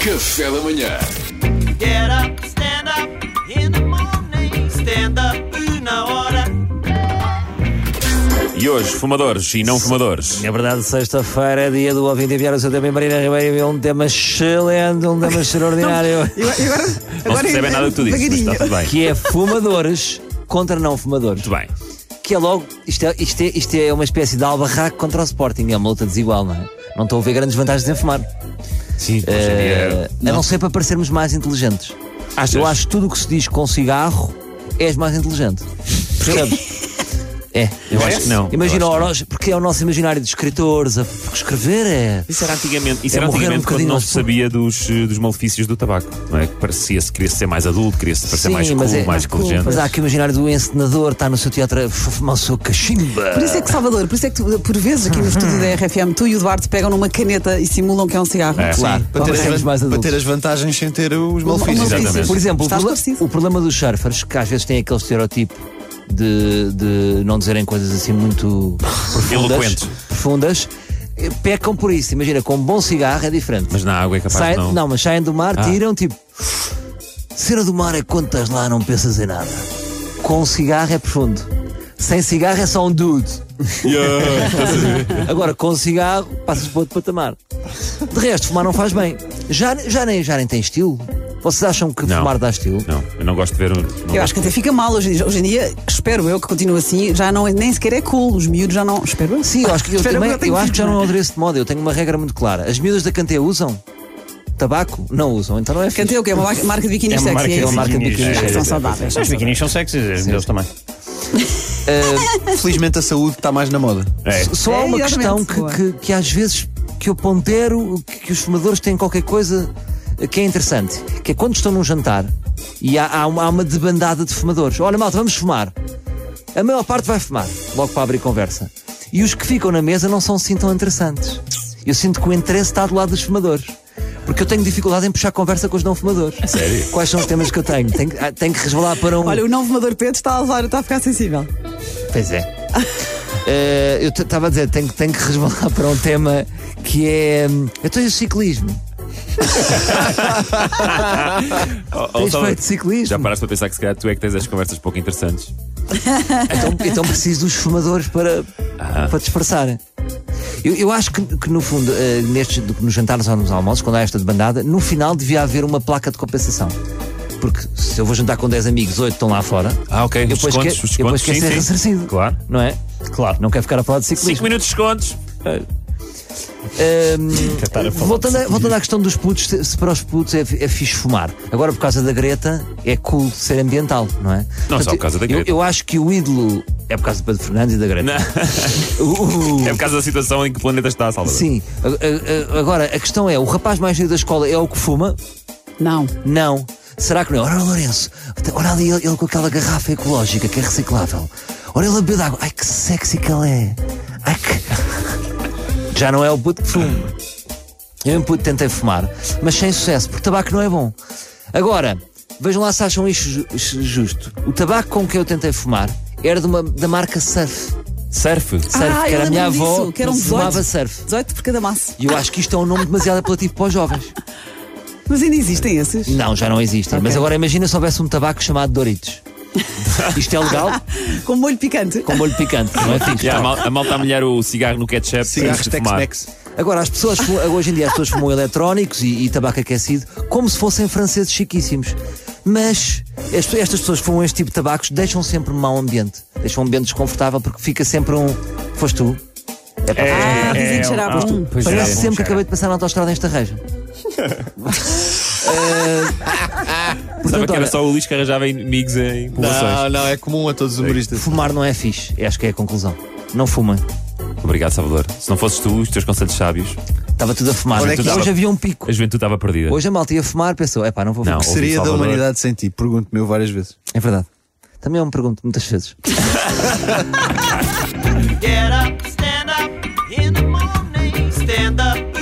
Café da manhã. Get up, stand up in the morning. Stand up na hora. E hoje, fumadores e não fumadores. É verdade, sexta-feira é dia do ouvinte enviar o seu tema em Marina Ribeiro. e Um tema excelente, um tema extraordinário. E agora, Não se percebe nada do que tu dizes, mas está tudo bem. que é fumadores contra não fumadores. Muito bem. Que é logo, isto é, isto é, isto é uma espécie de albarraque contra o Sporting. É uma luta desigual, não é? Não estou a ver grandes vantagens em fumar. Sim, hoje Eh, é dia- a não ser para parecermos mais inteligentes. Achas? Eu acho que tudo o que se diz com cigarro és mais inteligente. Percebe? É, eu acho que não. Imagina Eu o acho que Orochi, porque é o nosso imaginário de escritores, a, porque escrever é. Isso era antigamente, isso É era morrer um antigamente quando bocadinho não aos se sabia dos, eh, dos malefícios do tabaco. Não é? Que Parecia-se, queria-se ser mais adulto, queria-se parecer mais cool, é- mais inteligente. Mas há aqui o imaginário do encenador, está no seu teatro a fumar o seu cachimba. Por isso é que, Salvador, por isso é que tu, por vezes aqui no estúdio da RFM, tu e o Duarte pegam numa caneta e simulam que é um cigarro. É. Claro, para ter, parecemos as, mais para adultos. ter as vantagens sem ter os malefícios. malefício. Exatamente. Por exemplo, o, Está proble- esclarecido. o problema dos surfers, que às vezes têm aquele estereotipo de, de não dizerem coisas assim muito profundas, Eloquentes. profundas, eh, pecam por isso. Imagina, com um bom cigarro é diferente. Mas na água é capaz Saem- de não. mas saem do mar, Ah. tiram tipo. Cena do mar é quando estás lá, não pensas em nada. Com um cigarro é profundo. Sem cigarro é só um dude. Agora, com um cigarro, passas para outro patamar. De resto, fumar não faz bem. Já, já, nem, já nem tem estilo. Vocês acham que Não. fumar dá estilo? Não, eu não gosto de ver. um- Não Eu gosto acho que de- até fica mal hoje, em dia. hoje em dia, espero eu que continue assim, já não, nem sequer é cool, os miúdos já não, espero eu. Sim, eu acho que, eu Espero também, que eu eu tenha acho que já sido, não não é? adereço de moda. Eu tenho uma regra muito clara. As miúdas da Canteia usam tabaco? Não usam. Então não é fixe. Cantei o que é uma mar- marca de biquíni É uma sexy, marca- é é uma isso? marca de biquinis, biquinis. é, São é, saudáveis. Os biquinis são sexys, os meus também. Felizmente a saúde está mais na moda. É. Só há É, uma exatamente, questão que, boa. que, que às vezes que eu pontero que, que os fumadores têm qualquer coisa que é interessante, que é quando estão num jantar e há, há uma, há uma debandada de fumadores. Olha, malta, vamos fumar. A maior parte vai fumar, logo para abrir conversa. E os que ficam na mesa não são assim tão interessantes. Eu sinto que o interesse está do lado dos fumadores. Porque eu tenho dificuldade em puxar conversa com os não fumadores. sério? Quais são os temas que eu tenho? Tenho, que- ah, tenho que resvalar para um. Olha, o não fumador Pedro está a, levar, está a ficar sensível. Pois é. Eh, eu estava a dizer, tenho, tenho que resvalar para um tema que é. hum, Eu tenho ciclismo. Oh, oh, Tens Salvador, feito ciclismo? Já paraste para pensar que se calhar tu é que tens as conversas pouco interessantes. Então, então preciso dos fumadores para, Ah. para disfarçar. Eu, eu acho que, que, no fundo, eh, nestes, do- nos jantares ou nos almoços, quando há esta debandada, no final devia haver uma placa de compensação. Porque se eu vou jantar com 10 amigos, 8 estão lá fora, Ah, ok. eu Os depois descontos, que- os eu depois descontos. quero sim, ser sim. ressarcido. Claro. não é? Claro. Não quero ficar a falar de ciclismo. 5 minutos de descontos. Hum, voltando, a- voltando à questão dos putos, se, se para os putos é, fi- é fixe fumar. Agora, por causa da Greta, é cool ser ambiental, não é? Não só por causa da eu- Greta. Eu, acho que o ídolo é por causa do Pedro Fernandes e da Greta. O- o- É por causa da situação em que o planeta está, Salvador. Sim. A- a- a- agora, a questão é: o rapaz mais velho da escola é o que fuma? Não. Não. Será que não? é? Olha o Lourenço, olha ali ele, ele com aquela garrafa ecológica que é reciclável. Olha ele a beber água. Ai que sexy que ele é. Ai que. Já não é o puto que fuma. Eu em puto tentei fumar, mas sem sucesso, porque tabaco não é bom. Agora, vejam lá se acham isto ju- ju- justo. O tabaco com que eu tentei fumar era de uma, da marca Surf. Surf. Surf, ah, que eu era a lembro minha disso, avó, que um eram mas 18, fumava Surf. 18 por cada maço. E eu acho que isto é um nome demasiado apelativo para os jovens. Mas ainda existem esses? Não, já não existem. Mas agora imagina se houvesse um tabaco chamado Doritos. Isto é legal? Com molho picante. Com molho picante, não é fixe? Yeah, a, mal, a malta a molhar o cigarro no ketchup. Cigarros antes de fumar. Tex-Mex. Agora, as pessoas fumam- hoje em dia as pessoas fumam eletrónicos e, e tabaco aquecido como se fossem franceses chiquíssimos. Mas est- estas pessoas que fumam este tipo de tabacos deixam sempre um mau ambiente. Deixam um ambiente desconfortável porque fica sempre um. Foste tu? Ah, dizem que cheirava. Hum. Parece sempre que acabei de passar na autostrada nesta reja. Eh, Sabe Portanto, que olha, era só o Luís que arranjava inimigos em populações. Não, não, é comum a todos os humoristas. Fumar não é fixe. Acho que é a conclusão. Não fumem. Obrigado, Salvador. Se não fosses tu, os teus conselhos sábios, Estava tudo a fumar. Onde é que hoje estava? havia um pico. a juventude estava perdida. Hoje a malta ia fumar, pensou, é pá, não vou Não. fumar. Ouvi Seria da Salvador. humanidade sem ti? Pergunto-me eu várias vezes. É verdade. Também eu me pergunto muitas vezes. Get up, stand up in the morning. Stand up